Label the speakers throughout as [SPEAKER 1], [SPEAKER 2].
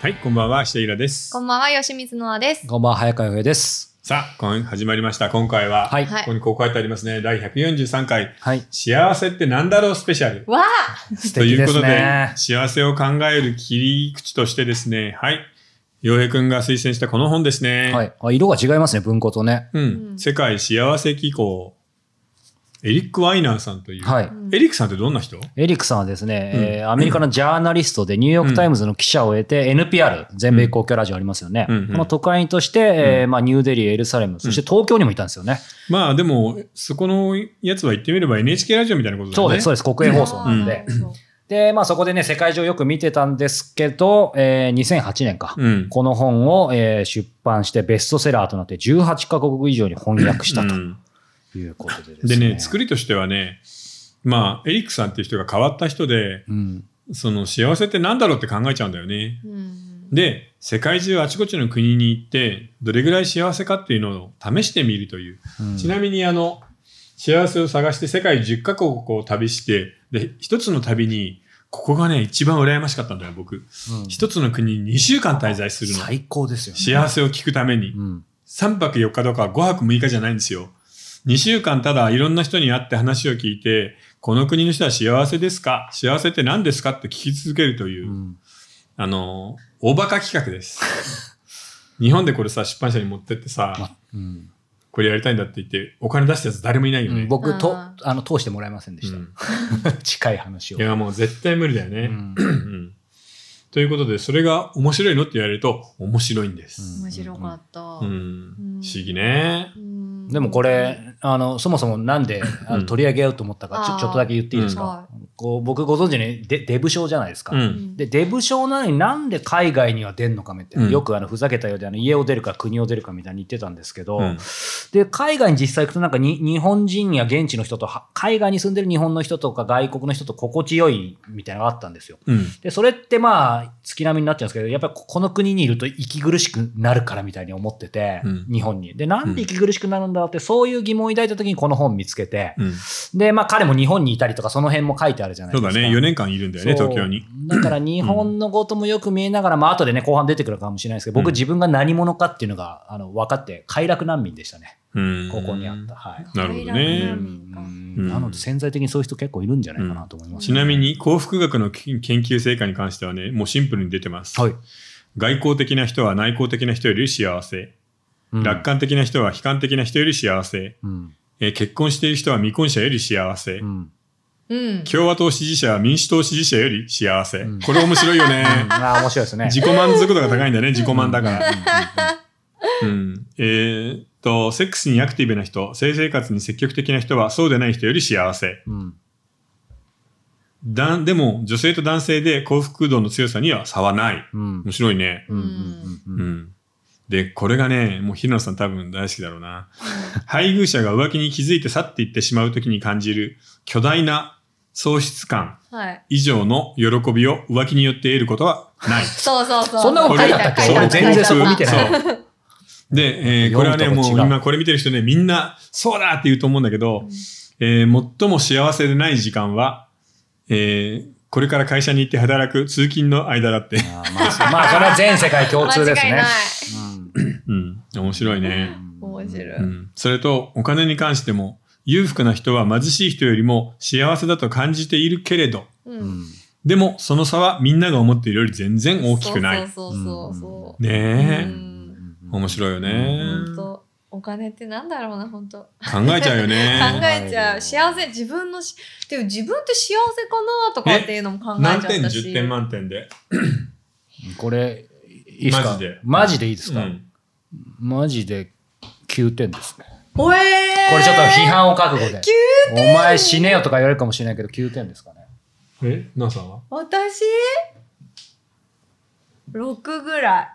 [SPEAKER 1] はい、こんばんは、下平です
[SPEAKER 2] こ。んばんは、吉水のあです。
[SPEAKER 3] こんばんは、早川洋平です。
[SPEAKER 1] さあ、今始まりました。今回は、
[SPEAKER 3] はい。
[SPEAKER 2] は
[SPEAKER 3] はいい。
[SPEAKER 1] ここにこう書いてありますね。第143回、
[SPEAKER 3] はい、
[SPEAKER 1] 幸せってなんだろうスペシャル。
[SPEAKER 2] わ
[SPEAKER 3] 素
[SPEAKER 1] と
[SPEAKER 3] 敵
[SPEAKER 1] いう
[SPEAKER 3] で
[SPEAKER 1] こ
[SPEAKER 3] す
[SPEAKER 1] とで、
[SPEAKER 3] ね。
[SPEAKER 1] 幸せを考える切り口としてですね、はい、洋平くんが推薦したこの本ですね。
[SPEAKER 3] はい。あ、色が違いますね、文庫とね。
[SPEAKER 1] うん、
[SPEAKER 2] うん
[SPEAKER 1] 世界幸せ機構、エリック・ワイナーさんという。
[SPEAKER 3] はい。
[SPEAKER 1] エリックさんってどんな人
[SPEAKER 3] エリックさんはですね、
[SPEAKER 1] うん
[SPEAKER 3] えーアメリカのジャーナリストでニューヨーク・タイムズの記者を得て、NPR、全米公共ラジオありますよね。
[SPEAKER 1] うんうん
[SPEAKER 3] この特派員として、えーまあ、ニューデリー、エルサレム、そして東京にもいたんですよね。
[SPEAKER 1] まあでも、そこのやつは言ってみれば NHK ラジオみたいなことだよ
[SPEAKER 3] そう
[SPEAKER 1] ね。
[SPEAKER 3] です、そううです、国営放送なんで。で、まあ、そこでね、世界中をよく見てたんですけど、えー2008年か。
[SPEAKER 1] ん。
[SPEAKER 3] この本を、えー出版してベストセラーとなって18カ国以上に翻訳した
[SPEAKER 1] う
[SPEAKER 3] と
[SPEAKER 1] ん
[SPEAKER 3] いうことでです
[SPEAKER 1] で
[SPEAKER 3] ね。
[SPEAKER 1] ね、作りとしてはね、まあ、エリックさんっていう人が変わった人で、
[SPEAKER 3] うん、
[SPEAKER 1] その幸せってなんだろうって考えちゃうんだよね。
[SPEAKER 2] うん。
[SPEAKER 1] で、世界中あちこちの国に行って、どれぐらい幸せかっていうのを試してみるという。
[SPEAKER 3] うん
[SPEAKER 1] ちなみに、あの、幸せを探して世界10カ国をこう旅して、で、一つの旅に、ここがね、一番羨ましかったんだよ、僕。
[SPEAKER 3] うん
[SPEAKER 1] 一つの国に2週間滞在するの。
[SPEAKER 3] 最高ですよね。
[SPEAKER 1] 幸せを聞くために。
[SPEAKER 3] うん
[SPEAKER 1] 3泊4日とか5泊6日じゃないんですよ。2週間ただいろんな人に会って話を聞いて、この国の人は幸せですか幸せって何ですかって聞き続けるというう、
[SPEAKER 3] ん
[SPEAKER 1] あの、大バカ企画です。 日本でこれさ、出版社に持ってってさ、
[SPEAKER 3] うん
[SPEAKER 1] これやりたいんだって言って、お金出したやつ誰もいないよね。
[SPEAKER 3] 僕と
[SPEAKER 2] あ
[SPEAKER 3] あの通してもらえませんでした、
[SPEAKER 1] うん
[SPEAKER 3] 近い話を
[SPEAKER 1] い、や、もう絶対無理だよ
[SPEAKER 3] う
[SPEAKER 1] ね。
[SPEAKER 3] ん
[SPEAKER 1] うんということで、それが面白いのって言われると、面白いんです。
[SPEAKER 2] 面白かった。
[SPEAKER 1] うん。不
[SPEAKER 2] う
[SPEAKER 1] 思議ね。
[SPEAKER 2] ん
[SPEAKER 3] でもこれあのそもそもなんであ
[SPEAKER 1] うん
[SPEAKER 3] の取り上げようと思ったか、ち
[SPEAKER 2] あー
[SPEAKER 3] ょちょっとだけ言っていいですか、
[SPEAKER 2] は
[SPEAKER 3] こう僕ご存知ねデデブ症じゃないですか、
[SPEAKER 1] うん。
[SPEAKER 2] い。
[SPEAKER 3] でデブ症なのになんで海外には出んのかみたいな、
[SPEAKER 1] うん
[SPEAKER 3] よくあのふざけたようであの家を出るか国を出るかみたいに言ってたんですけど、
[SPEAKER 1] うん
[SPEAKER 3] で海外に実際行くとなんかに日本人や現地の人とは海外に住んでる日本の人とか外国の人と心地よいみたいなのがあったんですよ。
[SPEAKER 1] うん。
[SPEAKER 3] で、それってまあ、月並みになっちゃうんですけど、やっぱりここの国にいると息苦しくなるからみたいに思ってて、
[SPEAKER 1] うん
[SPEAKER 3] 日本に。で、なんで息苦しくなるんだろうって、そういう疑問を抱いた時にこの本見つけて、
[SPEAKER 1] うん。
[SPEAKER 3] で、まあ彼も日本にいたりとか、その辺も書いてあるじゃない
[SPEAKER 1] そ
[SPEAKER 3] で
[SPEAKER 1] う
[SPEAKER 3] す
[SPEAKER 1] だ
[SPEAKER 3] か。
[SPEAKER 1] ね、4年間いるんだよね、
[SPEAKER 3] そう
[SPEAKER 1] 東京に。。
[SPEAKER 3] だから日本のこともよく見えながら、まあ後でね、後半出てくるかもしれないですけど、僕
[SPEAKER 1] うん
[SPEAKER 3] 自分が何者かっていうのが、あの、分かって、快楽難民でしたね。
[SPEAKER 1] うん
[SPEAKER 3] ここにあった。はい。
[SPEAKER 1] なるほど
[SPEAKER 3] う
[SPEAKER 1] ねう
[SPEAKER 3] ん
[SPEAKER 1] ん
[SPEAKER 3] なので潜在的にそういう人結構いるんじゃないかなと思います、
[SPEAKER 1] ちなみに幸福学の研究成果に関してはね、もうシンプルに出てます。
[SPEAKER 3] はい。
[SPEAKER 1] 外交的な人は内向的な人より幸せ。
[SPEAKER 3] うん
[SPEAKER 1] 楽観的な人は悲観的な人より幸せ。
[SPEAKER 3] うん。
[SPEAKER 1] えー結婚している人は未婚者より幸せ。
[SPEAKER 3] うん。
[SPEAKER 2] うん。
[SPEAKER 1] 共和党支持者は民主党支持者より幸せ。
[SPEAKER 3] うん
[SPEAKER 1] これ面白いよね。
[SPEAKER 3] ああ、面白いです ね。
[SPEAKER 1] 自己満足度が高いんだね、自己満だから。うん。えーっと、セックスにアクティブな人、性生活に積極的な人はそうでない人より幸せ。
[SPEAKER 3] うん。
[SPEAKER 1] だんでも女性と男性で幸福度の強さには差はない。
[SPEAKER 3] うん
[SPEAKER 1] 面白いね。
[SPEAKER 3] うんうんう
[SPEAKER 1] うん
[SPEAKER 3] うん
[SPEAKER 1] ん。で、これがね、もう平野さん多分大好きだろう な。配偶者が浮気に気づいて去っていってしまうときに感じる巨大な喪失感
[SPEAKER 2] はい。
[SPEAKER 1] 以上の喜びを浮気によって得ることはない。
[SPEAKER 2] そうそうそう。
[SPEAKER 3] そんなこと書いてあったっけ
[SPEAKER 2] 書いてあ
[SPEAKER 3] 俺全然そこ見てない
[SPEAKER 1] そうそうで、えーこれはね、
[SPEAKER 3] 読む
[SPEAKER 1] もう
[SPEAKER 3] とこ違う
[SPEAKER 1] 今これ見てる人ね、みんな、そうだって言うと思うんだけど、えー最も幸せでない時間は、えーこれから会社に行って働く通勤の間だって。
[SPEAKER 3] あーまあ、そまあ、それは全世界共通ですね
[SPEAKER 2] 間違いない。。
[SPEAKER 1] うん。面白いね。
[SPEAKER 2] 面白い。
[SPEAKER 1] うん。それと、お金に関しても、裕福な人は貧しい人よりも幸せだと感じているけれど、
[SPEAKER 2] う。
[SPEAKER 3] うんん
[SPEAKER 1] でもその差はみんなが思っているより全然大きくない。
[SPEAKER 2] そうそうそうそう。
[SPEAKER 1] ねえ。
[SPEAKER 2] うん
[SPEAKER 1] 面白いよね。
[SPEAKER 2] 本当お金ってなんだろうな、本当
[SPEAKER 1] 考えちゃうよ
[SPEAKER 2] 考
[SPEAKER 1] ね。
[SPEAKER 2] えちゃう。幸せ、自分のし、でも自分って幸せかなとかっていうのも考えちゃ
[SPEAKER 1] 何
[SPEAKER 2] ったし。
[SPEAKER 1] 点 ?10 点満点で。
[SPEAKER 3] これ、いいですか
[SPEAKER 1] マジで
[SPEAKER 3] マジでいいです
[SPEAKER 1] う
[SPEAKER 3] か
[SPEAKER 1] ん
[SPEAKER 3] マジで9点ですね。
[SPEAKER 2] おえー
[SPEAKER 3] これちょっと批判を覚悟で。
[SPEAKER 2] 9
[SPEAKER 3] お前死ねよとか言われるかもしれないけど、9点ですかね。
[SPEAKER 1] えなおさんは
[SPEAKER 2] 私6ぐら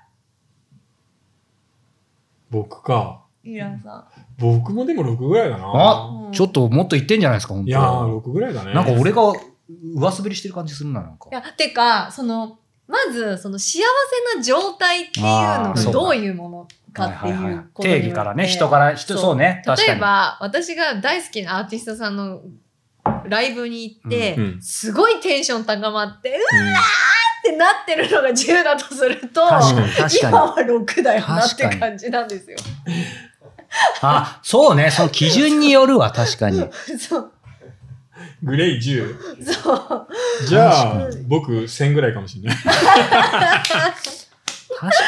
[SPEAKER 1] 僕か。
[SPEAKER 2] いイラさ
[SPEAKER 1] 僕もでも6ぐらいだな。
[SPEAKER 3] あちょっともっと言ってんじゃないですか、本
[SPEAKER 1] いやー、
[SPEAKER 3] 当
[SPEAKER 1] 6ぐらいだね。
[SPEAKER 3] なんか俺が上滑りしてる感じするな、なんか
[SPEAKER 2] んい。やてかそのまずその幸せな状態っていうの
[SPEAKER 3] あ
[SPEAKER 2] が
[SPEAKER 3] ーそうだ
[SPEAKER 2] どういうものかっていうことによ
[SPEAKER 3] 定
[SPEAKER 2] って
[SPEAKER 3] 義からね、人から、人、そうね、確
[SPEAKER 2] 例
[SPEAKER 3] か
[SPEAKER 2] え
[SPEAKER 3] に。
[SPEAKER 2] ば私が大好きなアーティストさんのライブに行って、
[SPEAKER 1] うん
[SPEAKER 2] すごいテンション高まって、うわーっってなってるのが10だとすると
[SPEAKER 3] 確かに確
[SPEAKER 2] 今
[SPEAKER 3] かに
[SPEAKER 2] は6だよなっ
[SPEAKER 3] 確か
[SPEAKER 2] て
[SPEAKER 3] に
[SPEAKER 2] 感じなんですよ。
[SPEAKER 3] あ、そうね。その基準によるわ、確かに。
[SPEAKER 2] そう
[SPEAKER 1] グレイ10。
[SPEAKER 2] そう
[SPEAKER 1] じゃあ
[SPEAKER 2] 確かに、
[SPEAKER 1] 僕1000ぐらいかもしれない。
[SPEAKER 3] 確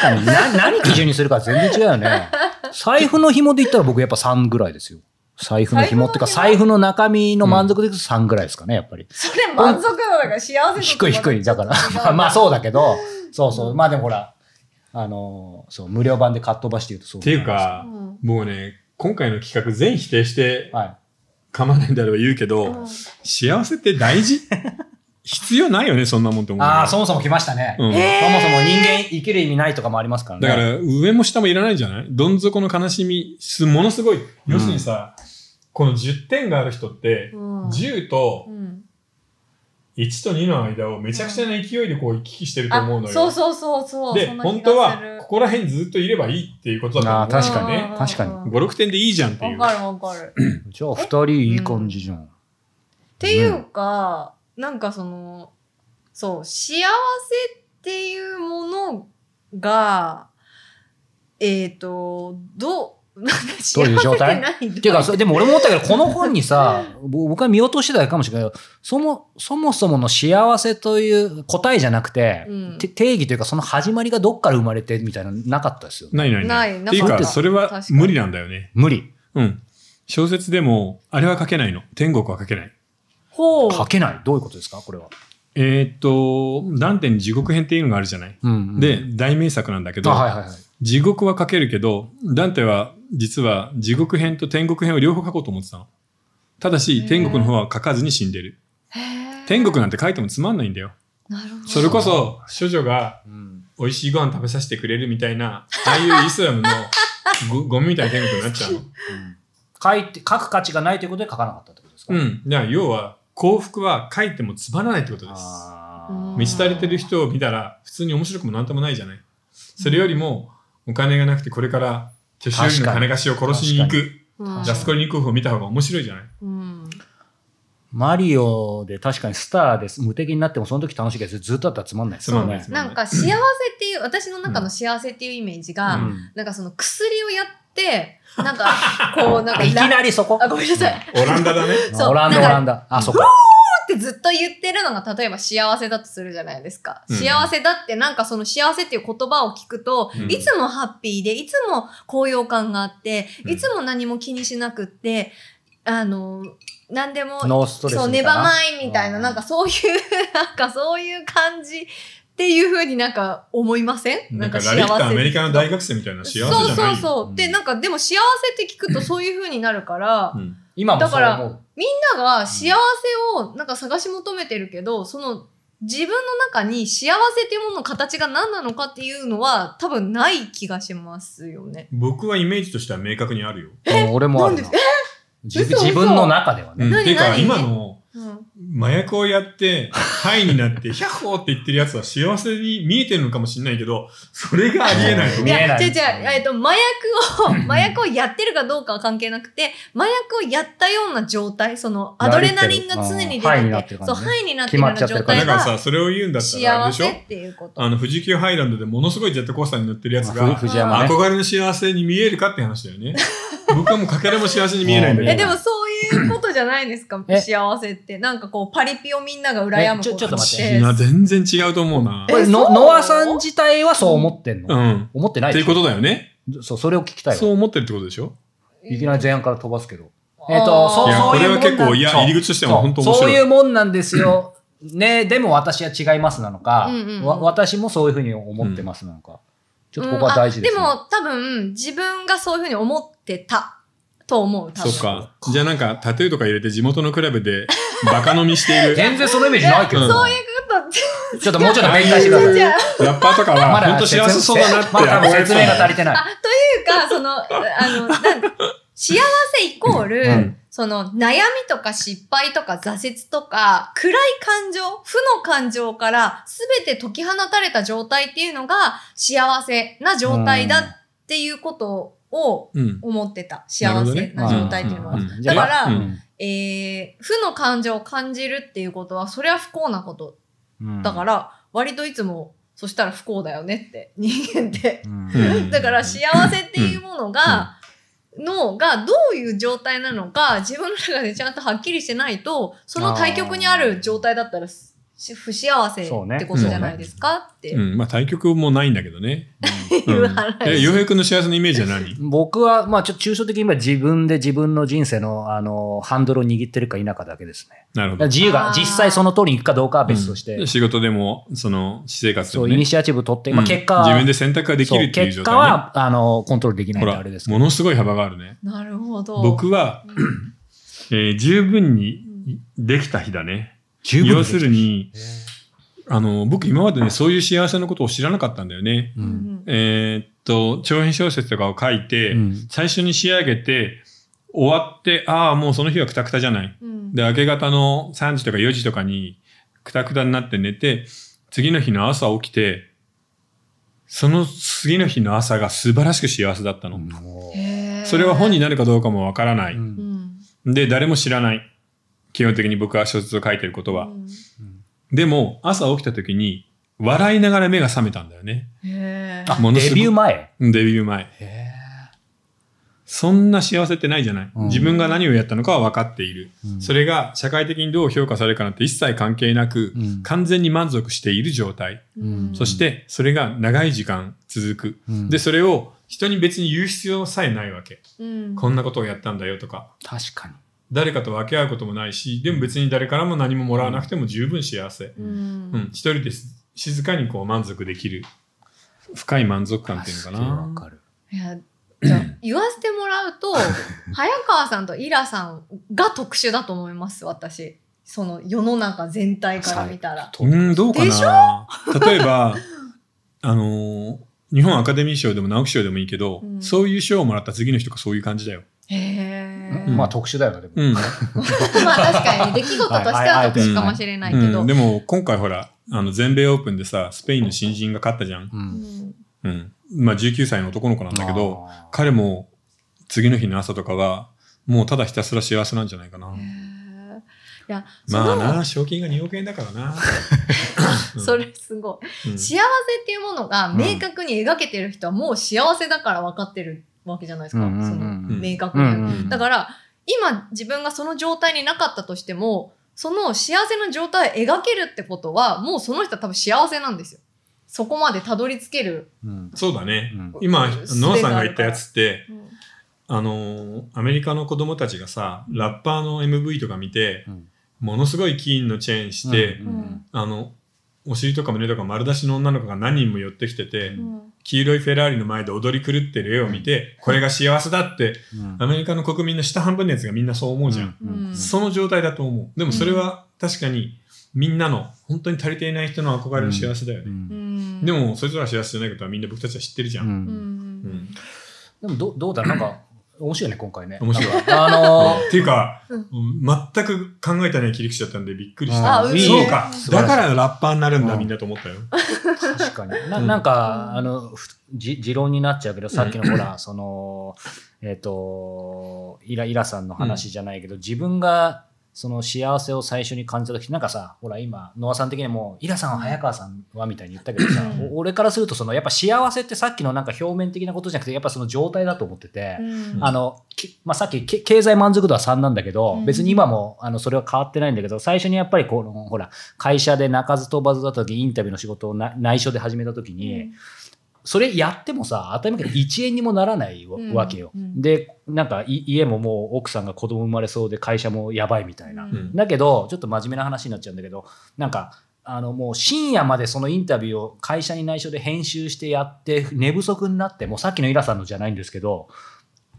[SPEAKER 3] かに。な、何基準にするか全然違うよね。財布の紐で言ったら僕やっぱ3ぐらいですよ。財布の紐っていうか、
[SPEAKER 2] 財
[SPEAKER 3] 財布の中身の満足でいくと3ぐらいですかね、やっぱり。
[SPEAKER 2] それ満足度だから幸せ
[SPEAKER 3] 低い低い。だから、まあまあそうだけど、そうそう。まあでもほら、あのー、そう、無料版でかっ飛ばして言うとそう。
[SPEAKER 1] っていう、か、
[SPEAKER 2] うん
[SPEAKER 1] もうね、今回の企画全否定して
[SPEAKER 3] はい。
[SPEAKER 1] 構わないんであれば言うけ
[SPEAKER 2] う
[SPEAKER 1] ど、
[SPEAKER 2] ん
[SPEAKER 1] 幸せって大 事必要ないよね、そんなもんって思うよね。
[SPEAKER 3] ああ、そもそも来ましたね。
[SPEAKER 1] うん
[SPEAKER 3] そ
[SPEAKER 2] え
[SPEAKER 3] もそも人間生きる意味ないとかもありますからね。
[SPEAKER 1] だから、上も下もいらないんじゃないどん底の悲しみ、すものすごい。要するにさ、この10点がある人って、
[SPEAKER 2] うん
[SPEAKER 1] 10と
[SPEAKER 2] うん
[SPEAKER 1] 1と2の間をめちゃくちゃな勢いでこう行き来してると思う
[SPEAKER 2] あ
[SPEAKER 1] のよ。
[SPEAKER 2] そうそうそうそう。
[SPEAKER 1] で、
[SPEAKER 2] そんな気が
[SPEAKER 1] 本当は
[SPEAKER 2] する、
[SPEAKER 1] ここら辺にずっといればいいっていうことだと思う。
[SPEAKER 3] あー確かに
[SPEAKER 1] ね。
[SPEAKER 3] 確かに
[SPEAKER 2] うんうんうん
[SPEAKER 1] 5、6点でいいじゃんっていう。
[SPEAKER 2] わかるわかる。っ
[SPEAKER 3] じゃあ、二人いい感じじゃん。
[SPEAKER 2] ていうか、なんかその、そう、幸せっていうものが、えっ、と、どう、なんか
[SPEAKER 3] ど
[SPEAKER 2] 幸せ
[SPEAKER 3] ういう
[SPEAKER 2] っ
[SPEAKER 3] 状
[SPEAKER 2] て
[SPEAKER 3] 態
[SPEAKER 2] ないんだ
[SPEAKER 3] っていうか、それでも俺も思ったけど、この本にさ、ぼ僕は見落としてたかもしれないけど、そも、そもそもの幸せという答えじゃなくて、
[SPEAKER 2] うん
[SPEAKER 3] て定義というか、その始まりがどっから生まれてみたいなのなかったですよね。
[SPEAKER 1] ないない
[SPEAKER 2] な
[SPEAKER 1] ないい。
[SPEAKER 2] な
[SPEAKER 1] っ
[SPEAKER 2] か
[SPEAKER 1] ていう
[SPEAKER 2] った
[SPEAKER 1] か、それは
[SPEAKER 2] 確かに
[SPEAKER 1] 無理なんだよね。
[SPEAKER 3] 無理。
[SPEAKER 1] うん。小説でも、あれは書けないの。天国は書けない。
[SPEAKER 2] ほう。
[SPEAKER 3] 書けない。どういうことですかこれは。
[SPEAKER 1] えーっと、ダンテに地獄編っていうのがあるじゃない。
[SPEAKER 3] うん、
[SPEAKER 1] で、、大名作なんだけど、
[SPEAKER 3] あ、はいはいはい。
[SPEAKER 1] 地獄は書けるけど、ダンテは実は地獄編と天国編を両方書こうと思ってたの。ただ
[SPEAKER 2] へ
[SPEAKER 1] し、
[SPEAKER 2] ー
[SPEAKER 1] 天国の方は書かずに死んでる。
[SPEAKER 2] へー
[SPEAKER 1] 天国なんて書いてもつまんないんだよ。
[SPEAKER 2] なるほど。
[SPEAKER 1] それこそ、処女が
[SPEAKER 3] うん。
[SPEAKER 1] 美味しいご飯食べさせてくれるみたいな、ああいうイスラムのごゴミみたいな天国になっち ゃうの。
[SPEAKER 3] 書いて、書く価値がないということで書かなかったってことですか
[SPEAKER 1] うん。だから要は、幸福は書いてもつまらないってことです。
[SPEAKER 3] あ
[SPEAKER 2] う
[SPEAKER 3] ー
[SPEAKER 2] ん
[SPEAKER 1] 満ち足りてる人を見たら、普通に面白くもなんともないじゃない。それよりも、お金がなくてこれから、年寄りの金貸しを殺しに行く。
[SPEAKER 2] うん、
[SPEAKER 1] ジャスコリニコフを見た方が面白いじゃない。
[SPEAKER 2] うん。
[SPEAKER 3] マリオで確かにスターです。無敵になってもその時楽しいけど、ずっとだったらつまんないです
[SPEAKER 1] つま
[SPEAKER 3] よ
[SPEAKER 1] んない
[SPEAKER 3] ね
[SPEAKER 1] つ。ま
[SPEAKER 2] なんか幸せっていう、私の中の幸せっていうイメージが、
[SPEAKER 1] う
[SPEAKER 2] なんかその薬をやって、なんか、こ う、なんか、
[SPEAKER 3] いきなりそこ
[SPEAKER 2] あ、ごめんなさい。
[SPEAKER 1] オランダだ ね。
[SPEAKER 2] そう
[SPEAKER 3] オラン
[SPEAKER 2] なん
[SPEAKER 3] ダ、
[SPEAKER 2] か
[SPEAKER 3] オランダ。あ、そこ。
[SPEAKER 2] ってずっと言ってるのが例えば幸せだとするじゃないですか。
[SPEAKER 1] うん
[SPEAKER 2] 幸せだってなんかその幸せっていう言葉を聞くと、
[SPEAKER 1] うん
[SPEAKER 2] いつもハッピーで、いつも高揚感があって、
[SPEAKER 1] うん
[SPEAKER 2] いつも何も気にしなくって、あの、何でも、
[SPEAKER 3] ノーストレスみ
[SPEAKER 2] そう、
[SPEAKER 3] たい
[SPEAKER 2] ネ
[SPEAKER 3] な。
[SPEAKER 2] バマイみたいな、
[SPEAKER 3] うん
[SPEAKER 2] なんかそういう、なんかそういう感じっていうふうになんか思いません
[SPEAKER 1] なんかラリッタアメリカの大学生みたいな幸せじゃない
[SPEAKER 2] そうそうそう。
[SPEAKER 3] うん
[SPEAKER 2] で、なんかでも幸せって聞くとそういうふうになるから、
[SPEAKER 1] うん
[SPEAKER 3] 今もそう
[SPEAKER 2] だ
[SPEAKER 3] 思う。
[SPEAKER 2] みんなが幸せをなんか探し求めてるけど、その自分の中に幸せっていうものの形が何なのかっていうのは多分ない気がしますよね。
[SPEAKER 1] 僕はイメージとしては明確にあるよ。
[SPEAKER 3] うん俺もある
[SPEAKER 2] なん
[SPEAKER 3] な
[SPEAKER 2] で。
[SPEAKER 3] 自
[SPEAKER 2] 嘘嘘
[SPEAKER 3] 自分の中ではね。
[SPEAKER 1] うん、
[SPEAKER 2] 何
[SPEAKER 1] てか
[SPEAKER 2] 何
[SPEAKER 1] 今の
[SPEAKER 2] うん、
[SPEAKER 1] 麻薬をやって、ハイになって、ヒャッホーって言ってるやつは幸せに見えてるのかもしれないけど、それがありえないと
[SPEAKER 3] 見
[SPEAKER 1] 思
[SPEAKER 3] え
[SPEAKER 1] う。
[SPEAKER 3] ない
[SPEAKER 2] や違う違う、えっと、麻薬を、麻薬をやってるかどうかは関係なくて、麻薬をやったような状態、その、アドレナリンが常に出てて、
[SPEAKER 3] 慣れてるあーハイになってる感
[SPEAKER 2] そう、
[SPEAKER 3] じね
[SPEAKER 2] ハイになってるような状
[SPEAKER 3] 決まっちゃって
[SPEAKER 2] 態
[SPEAKER 1] だから
[SPEAKER 2] が
[SPEAKER 1] さ、それを言うんだったらあれで
[SPEAKER 2] 幸
[SPEAKER 1] しょ
[SPEAKER 2] せっていうこと。
[SPEAKER 1] あの、富士急ハイランドでものすごいジェットコースターに乗ってるやつ
[SPEAKER 3] まあふ
[SPEAKER 1] が、
[SPEAKER 3] 藤山ね。
[SPEAKER 1] 憧れの幸せに見えるかって話だ よね。僕はもうかけらも幸せに見えないんだ
[SPEAKER 3] うん
[SPEAKER 2] え、
[SPEAKER 1] け
[SPEAKER 2] で
[SPEAKER 1] ど。
[SPEAKER 2] もそういうことじゃないですか
[SPEAKER 3] え
[SPEAKER 2] 幸せって。なんかこう、パリピをみんなが羨む
[SPEAKER 3] えちょちょっと待って
[SPEAKER 1] いや、全然違うと思うな
[SPEAKER 2] え。
[SPEAKER 3] これ
[SPEAKER 2] そ
[SPEAKER 3] の
[SPEAKER 2] う
[SPEAKER 3] ノアさん自体はそう思ってん
[SPEAKER 1] う
[SPEAKER 3] の
[SPEAKER 1] ん。
[SPEAKER 3] 思ってない
[SPEAKER 1] っていうことだよね。
[SPEAKER 3] そう、それを聞きたい
[SPEAKER 1] そう
[SPEAKER 3] わ。
[SPEAKER 1] 思ってるってことでしょ
[SPEAKER 3] いきなり前半から飛ばすけど。
[SPEAKER 2] え
[SPEAKER 3] えっとそう
[SPEAKER 1] いや、
[SPEAKER 3] そ
[SPEAKER 1] こ
[SPEAKER 3] う
[SPEAKER 1] れ
[SPEAKER 3] いうも
[SPEAKER 1] は
[SPEAKER 3] んだ
[SPEAKER 1] 結構、いや、
[SPEAKER 3] そう
[SPEAKER 1] 入り口としては
[SPEAKER 3] そ
[SPEAKER 1] 本当
[SPEAKER 3] う
[SPEAKER 1] 面
[SPEAKER 3] そうい
[SPEAKER 1] 白い。
[SPEAKER 3] うもんなんで すよ。ねでも私は違いますなのか
[SPEAKER 2] うんうんう、ん
[SPEAKER 3] わ私もそういうふうに思ってますなのか。ちょっとここは大事ですね。
[SPEAKER 2] うんあでも多分、自分がそういうふうに思ってたと思う、多
[SPEAKER 1] そ
[SPEAKER 2] 分。
[SPEAKER 1] っか。じゃあなんか、タトゥーとか入れて地元のクラブでバカ飲みして いる。
[SPEAKER 3] 全然そのイメージないけどな。
[SPEAKER 1] そう
[SPEAKER 3] ちょっともうちょっと勉強してください。
[SPEAKER 2] じゃあ、
[SPEAKER 1] ラッパーとかは、本当
[SPEAKER 3] 説明
[SPEAKER 1] 幸せそうだなって
[SPEAKER 3] まだ多分
[SPEAKER 1] 憧れて
[SPEAKER 3] 説明が足り
[SPEAKER 1] た。
[SPEAKER 3] てない。、
[SPEAKER 2] という か、その、あの、なん幸せイコール、
[SPEAKER 1] うん
[SPEAKER 2] その、悩みとか失敗とか挫折とか、暗い感情、負の感情から全て解き放たれた状態っていうのが幸せな状態だっていうことを
[SPEAKER 1] うん。
[SPEAKER 2] 思ってた。幸せな状態っていうのは。
[SPEAKER 1] なるほどねうん
[SPEAKER 2] だから、
[SPEAKER 1] うん
[SPEAKER 2] えー負の感情を感じるっていうことは、それは不幸なこと。だからら、割といつも、そしたら不幸だよねって、人間って。
[SPEAKER 1] うん
[SPEAKER 2] だから幸せっていうものが、脳がどういう状態なのか、自分の中でちゃんとはっきりしてないと、その対極にある状態だったら、し不幸せ
[SPEAKER 3] そうね
[SPEAKER 2] ってことじゃないですかって
[SPEAKER 1] うん、まあ対局もないんだけどね。
[SPEAKER 2] いううん
[SPEAKER 1] え、洋
[SPEAKER 2] 話。
[SPEAKER 1] 平君の幸せのイメージは何
[SPEAKER 3] 僕は、まあ、ちょっと抽象的に今自分で自分の人生の、あの、ハンドルを握ってるか否かだけですね。
[SPEAKER 1] なるほど。
[SPEAKER 3] 自由が
[SPEAKER 2] あ、ー
[SPEAKER 3] 実際その通りに行くかどうかは別として、
[SPEAKER 1] うん仕事でも、その、私生活で
[SPEAKER 3] そ
[SPEAKER 1] も、
[SPEAKER 3] う、
[SPEAKER 1] ね。
[SPEAKER 3] イニシアチブ取って、まあ、
[SPEAKER 1] うん
[SPEAKER 3] 結果は、
[SPEAKER 1] 自分で選択ができるっていう
[SPEAKER 3] そ
[SPEAKER 1] 状
[SPEAKER 3] 結果
[SPEAKER 1] 態、ね。
[SPEAKER 3] は、あの、コントロールできない
[SPEAKER 1] ほ
[SPEAKER 3] んで
[SPEAKER 1] ら
[SPEAKER 3] あれですけど
[SPEAKER 1] ものすごい幅があるね。
[SPEAKER 2] なるほど。
[SPEAKER 1] 僕は、
[SPEAKER 2] うん
[SPEAKER 1] えー十分にできた日だね。
[SPEAKER 3] 十分
[SPEAKER 1] 要するに、あの、僕今までね、そういう幸せのことを知らなかったんだよね。
[SPEAKER 3] う。
[SPEAKER 2] うんん
[SPEAKER 1] えーっと、長編小説とかを書いて、
[SPEAKER 3] うん
[SPEAKER 1] 最初に仕上げて、終わって、ああ、もうその日はくたくたじゃない。
[SPEAKER 2] うん
[SPEAKER 1] で、明け方の3時とか4時とかに、くたくたになって寝て、次の日の朝起きて、その次の日の朝が素晴らしく幸せだったの。
[SPEAKER 3] も
[SPEAKER 2] へー
[SPEAKER 1] それは本になるかどうかもわからな
[SPEAKER 3] う
[SPEAKER 1] い。
[SPEAKER 2] うんん
[SPEAKER 1] で、誰も知らない。基本的に僕は小説を書いてることは
[SPEAKER 2] う。ん
[SPEAKER 1] でも、朝起きた時に、笑いながら目が覚めたんだよね。
[SPEAKER 2] へー
[SPEAKER 3] あ
[SPEAKER 1] ものす
[SPEAKER 3] デ
[SPEAKER 1] ごい
[SPEAKER 3] ビュー前。
[SPEAKER 1] デビュー前。そんな幸せってないじゃない。
[SPEAKER 3] うん
[SPEAKER 1] 自分が何をやったのかは分かっている。
[SPEAKER 3] うん
[SPEAKER 1] それが社会的にどう評価されるかなんて一切関係なく、
[SPEAKER 3] うん
[SPEAKER 1] 完全に満足している状態。
[SPEAKER 3] うん
[SPEAKER 1] そして、それが長い時間続く。
[SPEAKER 3] うん
[SPEAKER 1] で、それを人に別に言う必要さえないわけ。
[SPEAKER 2] うん
[SPEAKER 1] こんなことをやったんだよとか。
[SPEAKER 3] 確かに。
[SPEAKER 1] 誰かと分け合うこともないし、でも別に誰からも何ももらわなくても十分幸せ。
[SPEAKER 2] う
[SPEAKER 1] うん、
[SPEAKER 2] ん
[SPEAKER 1] 一人です静かにこう満足できる。深い満足感っていうのか
[SPEAKER 3] あすげえわ
[SPEAKER 1] な。
[SPEAKER 3] かる。
[SPEAKER 2] いやじゃあ言わせてもら うと早川さんとイラさんが特殊だと思います私その世の中全体から見たら。
[SPEAKER 1] うん、どうか
[SPEAKER 2] でし
[SPEAKER 1] な。例えば、あのー日本アカデミー賞でも直木賞でもいいけど、
[SPEAKER 2] うん
[SPEAKER 1] そういう賞をもらった次の人がそういう感じだよ。
[SPEAKER 2] へえ、
[SPEAKER 1] うん
[SPEAKER 3] ま
[SPEAKER 2] ま
[SPEAKER 3] あ、特殊だよね、でも。
[SPEAKER 1] うん。
[SPEAKER 2] あ確かに出来事としては特殊かもしれないけど。
[SPEAKER 1] うんでも今回ほら、あの全米オープンでさ、スペインの新人が勝ったじゃん。
[SPEAKER 3] う
[SPEAKER 2] うんん
[SPEAKER 1] うん。まあ19歳の男の子なんだけど、、
[SPEAKER 3] あー
[SPEAKER 1] 彼も次の日の朝とかは、もうただひたすら幸せなんじゃないかな。
[SPEAKER 2] へーいやそ
[SPEAKER 1] まあ
[SPEAKER 2] の、
[SPEAKER 1] な、賞金が2億円だからな。うん
[SPEAKER 2] そ、れすごい。
[SPEAKER 1] うん
[SPEAKER 2] 幸せっていうものが明確に描けてる人はもう幸せだから分かってるわけじゃないですか、
[SPEAKER 3] うんうんうん
[SPEAKER 2] その明確に、
[SPEAKER 3] うんうん
[SPEAKER 2] だから今自分がその状態になかったとしてもその幸せな状態を描けるってことはもうその人は多分幸せなんですよそこまでたどり着ける、
[SPEAKER 3] うん
[SPEAKER 1] そうだね。
[SPEAKER 3] うん
[SPEAKER 1] 今、
[SPEAKER 2] うん
[SPEAKER 1] ノアさんが言ったやつって、あのーアメリカの子供たちがさ、ラッパーの MV とか見て、
[SPEAKER 3] うん
[SPEAKER 1] ものすごい金のチェーンして、
[SPEAKER 3] うんうん
[SPEAKER 1] あの、お尻とか胸とか丸出しの女の子が何人も寄ってきてて、
[SPEAKER 3] うん
[SPEAKER 1] 黄色いフェラーリの前で踊り狂ってる絵を見て、これが幸せだって、
[SPEAKER 3] うん
[SPEAKER 1] アメリカの国民の下半分のやつがみんなそう思うじゃん。
[SPEAKER 3] うん
[SPEAKER 2] うん
[SPEAKER 1] その状態だと思う。でもそれは確かにみんなの本当に足りていない人の憧れの幸せだよ
[SPEAKER 3] う
[SPEAKER 1] ね。
[SPEAKER 3] ん
[SPEAKER 1] でもそいつらは幸せじゃないことはみんな僕たちは知ってるじゃ。
[SPEAKER 3] うん
[SPEAKER 2] うん
[SPEAKER 3] ん
[SPEAKER 1] うん
[SPEAKER 3] でもどうどうだろうなんか面白いね今回ね
[SPEAKER 1] 面白い
[SPEAKER 3] なんかあの
[SPEAKER 1] っていうか、
[SPEAKER 2] う
[SPEAKER 1] 全く考えたね切り口だったんでびっくりし
[SPEAKER 3] あ
[SPEAKER 1] た。
[SPEAKER 3] うん
[SPEAKER 1] そうか
[SPEAKER 3] 素晴。ら
[SPEAKER 1] だ
[SPEAKER 3] しい
[SPEAKER 1] からラッパーになるんだ
[SPEAKER 3] うん
[SPEAKER 1] みんなと思ったよ。
[SPEAKER 3] ー確かにな
[SPEAKER 1] うん
[SPEAKER 3] なん
[SPEAKER 2] う
[SPEAKER 3] か
[SPEAKER 2] ん
[SPEAKER 3] あのふじ持論になっちゃうけどさっきのほらそのえっ、とイライラさんの話じゃないけど、自分がその幸せを最初に感じた時なんかさほら今ノアさん的にもイラさんは早川さんはみたいに言ったけどさ
[SPEAKER 2] うん
[SPEAKER 3] お俺からするとそのやっぱ幸せってさっきのなんか表面的なことじゃなくてやっぱその状態だと思ってて、
[SPEAKER 2] うん
[SPEAKER 3] あの、きまあ、さっきけ経済満足度は3なんだけど、
[SPEAKER 2] うん
[SPEAKER 3] 別に今もあのそれは変わってないんだけど、最初にやっぱりこの、ほら、会社で鳴かず飛ばずだった時、インタビューの仕事をな内緒で始めた時に、それやってもさ、当たり前だけど1円にもならないわ,、
[SPEAKER 2] うん
[SPEAKER 3] わけよ。
[SPEAKER 2] うん
[SPEAKER 3] で、なんかい家ももう奥さんが子供生まれそうで会社もやばいみたいな。
[SPEAKER 2] う
[SPEAKER 1] うん
[SPEAKER 3] だけど、ちょっと真面目な話になっちゃうんだけど、なんか、あのもう深夜までそのインタビューを会社に内緒で編集してやって寝不足になってもうさっきのイラさんのじゃないんですけど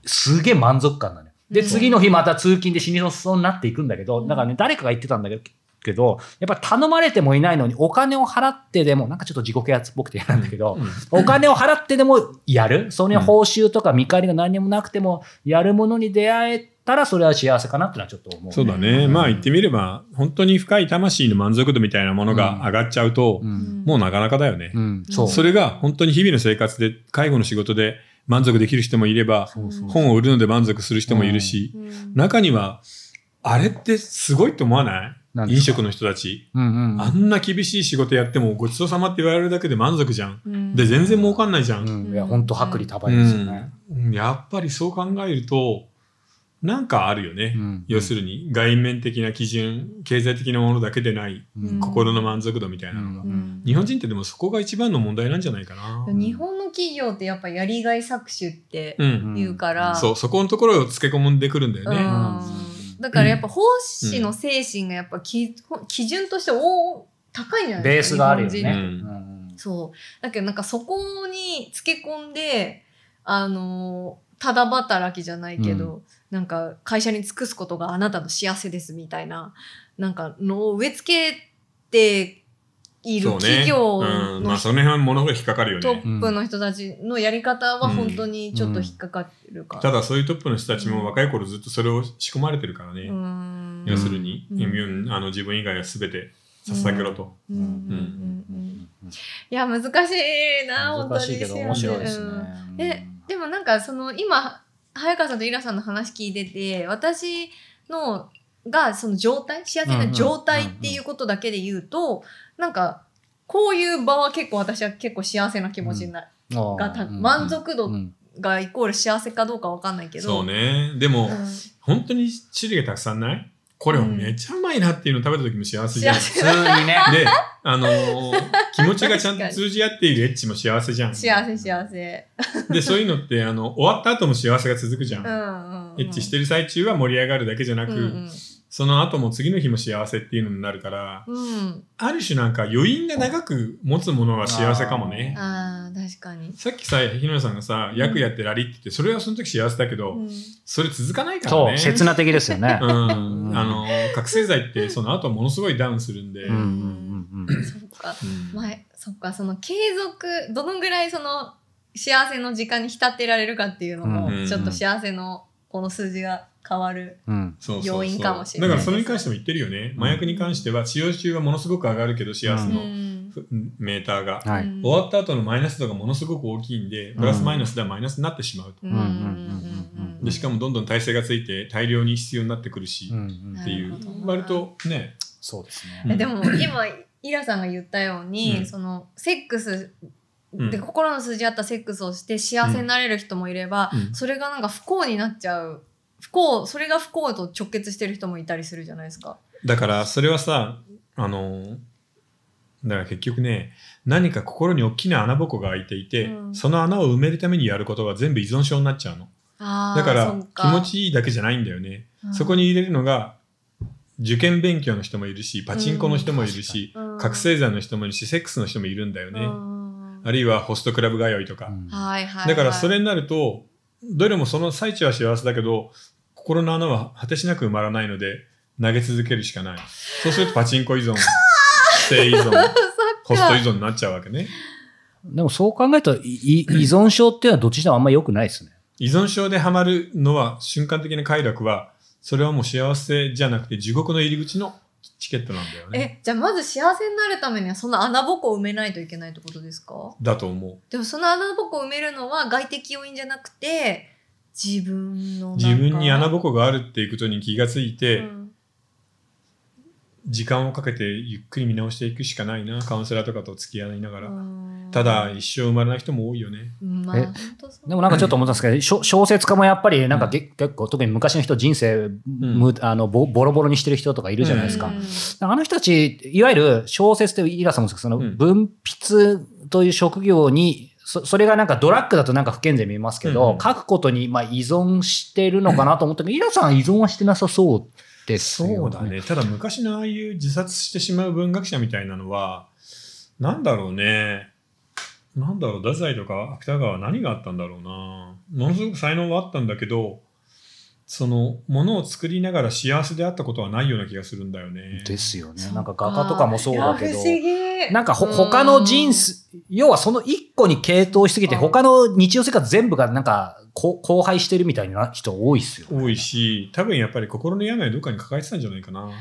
[SPEAKER 3] すげえ満足感だねで
[SPEAKER 2] うん
[SPEAKER 3] 次の日また通勤で死にそうになっていくんだけど
[SPEAKER 2] うん
[SPEAKER 3] だからね誰かが言ってたんだけどけどやっぱ頼まれてもいないのにお金を払ってでもなんかちょっと自己啓発っぽくて嫌なんだ けど、
[SPEAKER 1] うん
[SPEAKER 3] お金を払ってでもやる。それに報酬とか見返りが何にもなくても、やるものに出会えたら、それは幸せかなってのはちょっと思う、
[SPEAKER 1] そうだね。
[SPEAKER 3] うん
[SPEAKER 1] まあ言ってみれば、本当に深い魂の満足度みたいなものが上がっちゃうと
[SPEAKER 3] う、ん。
[SPEAKER 1] もうなかなかだよね
[SPEAKER 3] う。ん、そう。
[SPEAKER 1] それが本当に日々の生活で、介護の仕事で満足できる人もいれば、
[SPEAKER 3] そうそう
[SPEAKER 1] 本を売るので満足する人もいるし、
[SPEAKER 2] うん
[SPEAKER 1] 中には、あれってすごいと思わない
[SPEAKER 3] なんで
[SPEAKER 1] 飲
[SPEAKER 3] すか
[SPEAKER 1] 食の人たち。
[SPEAKER 3] うんうんうん
[SPEAKER 1] あんな厳しい仕事やってもごちそうさまって言われるだけで満足じゃん。
[SPEAKER 2] うん
[SPEAKER 1] で、全然儲かんないじゃん。
[SPEAKER 3] うん、いや本当薄利多売ですよね、
[SPEAKER 1] うんやっぱりそう考えると、なんかあるよね。
[SPEAKER 3] うん
[SPEAKER 1] 要するに、外面的な基準、経済的なものだけでない、
[SPEAKER 3] に
[SPEAKER 2] うん
[SPEAKER 1] 心の満足度みたいなのが。
[SPEAKER 2] うん
[SPEAKER 1] 日本人ってでもそこが一番の問題なんじゃないかな。
[SPEAKER 2] 日本の企業ってやっぱやりがい搾取って
[SPEAKER 1] うん。
[SPEAKER 2] 言うから、
[SPEAKER 1] そう、そこのところを付け込んでくるんだよ
[SPEAKER 2] う
[SPEAKER 1] ね。
[SPEAKER 2] んだからやっぱ奉仕の精神がやっぱ基基準としてお高いんじゃない
[SPEAKER 3] ベー
[SPEAKER 2] です
[SPEAKER 3] ス
[SPEAKER 2] か
[SPEAKER 3] があるよ
[SPEAKER 2] 日
[SPEAKER 3] ね
[SPEAKER 2] 本人
[SPEAKER 1] う
[SPEAKER 2] っ
[SPEAKER 1] ん
[SPEAKER 2] て
[SPEAKER 3] うん
[SPEAKER 2] そうだけどなんかそこにつけ込んであのただ働きじゃないけど、なんか会社に尽くすことがあなたの幸せですみたいななんかのを植え付けている
[SPEAKER 1] そうね
[SPEAKER 2] 企業
[SPEAKER 1] うん
[SPEAKER 2] の
[SPEAKER 1] まあ、その辺はものすごい引っかかるよ
[SPEAKER 2] ト
[SPEAKER 1] ね。
[SPEAKER 2] ップの人たちのやり方は本当にちょっと引っかかってるから。
[SPEAKER 1] ただそういうトップの人たちも若い頃ずっとそれを仕込まれてるからね、
[SPEAKER 2] うん
[SPEAKER 1] 要するに、
[SPEAKER 2] うん
[SPEAKER 1] うんあの自分以外は全て捧げろと、
[SPEAKER 2] うんうんうん
[SPEAKER 3] う
[SPEAKER 2] うん
[SPEAKER 3] ん
[SPEAKER 2] いや難しいな本当に
[SPEAKER 3] 難しいけど面白いですね
[SPEAKER 2] うん。
[SPEAKER 3] う
[SPEAKER 2] で
[SPEAKER 3] ん
[SPEAKER 2] でもなんかその今早川さんとイラさんの話聞いてて私のがその状態幸せな状態っていうことだけで言うと、なんかこういう場は結構私は結構幸せな気持ちになる、
[SPEAKER 3] ああ
[SPEAKER 2] がた
[SPEAKER 3] うん
[SPEAKER 2] 満足度
[SPEAKER 3] うん
[SPEAKER 2] がイコール幸せかどうかわかんないけど
[SPEAKER 1] そうねでも、
[SPEAKER 2] うん
[SPEAKER 1] 本当に種類がたくさんないこれ
[SPEAKER 2] うん
[SPEAKER 1] めちゃうまいなっていうの食べた時も幸せじゃん、
[SPEAKER 2] 幸
[SPEAKER 3] 普通にね
[SPEAKER 1] であのー 気持ちがちゃんと通じ合っているエッチも幸せじゃん
[SPEAKER 2] 幸せ幸せ
[SPEAKER 1] でそういうのってあの終わった後も幸せが続くじゃん、
[SPEAKER 2] うんうん、うん、
[SPEAKER 1] エッチしてる最中は盛り上がるだけじゃなく、
[SPEAKER 2] うん
[SPEAKER 1] その後も次の日も幸せっていうのになるから
[SPEAKER 2] うん、うん
[SPEAKER 1] ある種なんか余韻が長く持つものは幸せかもね
[SPEAKER 2] あー確かに、
[SPEAKER 1] さっきさ、日野さんがさ、役やってラリって言って、それはその時幸せだけど、
[SPEAKER 2] うん
[SPEAKER 1] それ続かないから
[SPEAKER 3] そ
[SPEAKER 1] ね。
[SPEAKER 3] う刹那的ですよね
[SPEAKER 1] う。
[SPEAKER 3] うんん
[SPEAKER 1] あの、覚醒剤ってその後ものすごいダウンするんで。
[SPEAKER 3] うんうんうんうん
[SPEAKER 2] そっか前そっかその継続どのぐらいその幸せの時間に浸ってられるかっていうのも、
[SPEAKER 1] うん
[SPEAKER 2] ちょっと幸せのこの数字が変わる、
[SPEAKER 3] うん
[SPEAKER 1] そうそうそう
[SPEAKER 2] 要因かもしれない
[SPEAKER 1] だからそれに関しても言ってるよね。
[SPEAKER 3] うん
[SPEAKER 1] 麻薬に関しては、使用中はものすごく上がるけど、幸せ
[SPEAKER 2] う
[SPEAKER 1] の
[SPEAKER 2] ん
[SPEAKER 1] ふメーターが。
[SPEAKER 3] はい
[SPEAKER 2] うん
[SPEAKER 1] 終わった後のマイナス度がものすごく大きいんで、プラスマイナスではマイナスになってしまうと。
[SPEAKER 2] うん
[SPEAKER 3] うんうんうん
[SPEAKER 1] で、しかもどんどん耐性がついて、大量に必要になってくるし
[SPEAKER 3] う、ん
[SPEAKER 1] っていう
[SPEAKER 2] なるほど、な
[SPEAKER 1] 割とね、
[SPEAKER 3] そうです
[SPEAKER 1] う
[SPEAKER 2] え
[SPEAKER 1] ん
[SPEAKER 3] ね
[SPEAKER 2] でも今イラさんが言ったように、
[SPEAKER 1] うん
[SPEAKER 2] そのセックス
[SPEAKER 1] うん
[SPEAKER 2] で心の筋合ったセックスをして幸せになれる人もいれば、
[SPEAKER 1] うん
[SPEAKER 2] それがなんか不幸になっちゃう不幸それが不幸と直結してる人もいたりするじゃないですか。
[SPEAKER 1] だからそれはさあのだから結局ね何か心に大きな穴ぼこが開いていて、
[SPEAKER 2] うん
[SPEAKER 1] その穴を埋めるためにやることが全部依存症になっちゃうの
[SPEAKER 2] あー
[SPEAKER 1] だから
[SPEAKER 2] そっ
[SPEAKER 1] 気持ちいいだけじゃないんだよね、そこに入れるのが受験勉強の人もいるしパチンコの人もいるし、
[SPEAKER 2] うん
[SPEAKER 1] 覚醒剤の人もいるしセックスの人もいるんだよね、
[SPEAKER 2] うん
[SPEAKER 1] あるいはホストクラブ通いとか、
[SPEAKER 3] うん
[SPEAKER 2] はいはいはい、
[SPEAKER 1] だからそれになるとどれもその最中は幸せだけど心の穴は果てしなく埋まらないので投げ続けるしかないそうするとパチンコ依存性 依存ホスト依存になっちゃうわけね
[SPEAKER 3] でもそう考えるといい依存症っていうのはどっちにしてもあんま良くないですね
[SPEAKER 1] 依存症でハマるのは瞬間的な快楽はそれはもう幸せじゃなくて地獄の入り口のチケットなんだよね
[SPEAKER 2] えじゃあまず幸せになるためにはその穴ぼこを埋めないといけないってことですか
[SPEAKER 1] だと思う
[SPEAKER 2] でもその穴ぼこを埋めるのは外的要因じゃなくて自分のなんか
[SPEAKER 1] 自分に穴ぼこがあるっていうことに気がついて、
[SPEAKER 2] うん
[SPEAKER 1] 時間をかけてゆっくり見直していくしかないなカウンセラーとかと付き合いながら、
[SPEAKER 2] うん
[SPEAKER 1] ただ一生生まれない人も多いよね
[SPEAKER 2] まあ
[SPEAKER 3] え
[SPEAKER 2] 本当そう
[SPEAKER 3] でもなんかちょっと思ったんですけど、しょ 小説家もやっぱりなんかげ、結構、特に昔の人、人生む、あのボ、ボロボロにしてる人とかいるじゃないですか。
[SPEAKER 2] うん
[SPEAKER 3] あの人たち、いわゆる小説というイラさんもそうですけど、
[SPEAKER 1] う
[SPEAKER 3] その
[SPEAKER 1] ん
[SPEAKER 3] 文筆という職業に、そそれがなんかドラッグだとなんか不健全に見えますけど、
[SPEAKER 1] うん
[SPEAKER 3] 書くことにまあ依存してるのかなと思ったけど、イラさんは依存はしてなさそうですよね。
[SPEAKER 1] そうだ。ね。ただ昔のああいう自殺してしまう文学者みたいなのは、なんだろうね。なんだろう、太宰とか芥川は何があったんだろうな。ものすごく才能はあったんだけど、その、ものを作りながら幸せであったことはないような気がするんだよね。
[SPEAKER 3] ですよね
[SPEAKER 2] そっ。
[SPEAKER 3] なんか画家とかもそうだけ
[SPEAKER 2] いや
[SPEAKER 3] ど
[SPEAKER 2] 不、思議
[SPEAKER 3] なんかほ
[SPEAKER 2] うん
[SPEAKER 3] 他の人生、要はその一個に傾倒しすぎて、
[SPEAKER 2] うん
[SPEAKER 3] 他の日常生活全部がなんか、こ荒廃してるみたいな人多いっすよ。
[SPEAKER 1] 多いし多分やっぱり心の病をどっかに抱えてたんじゃないかな
[SPEAKER 3] うん。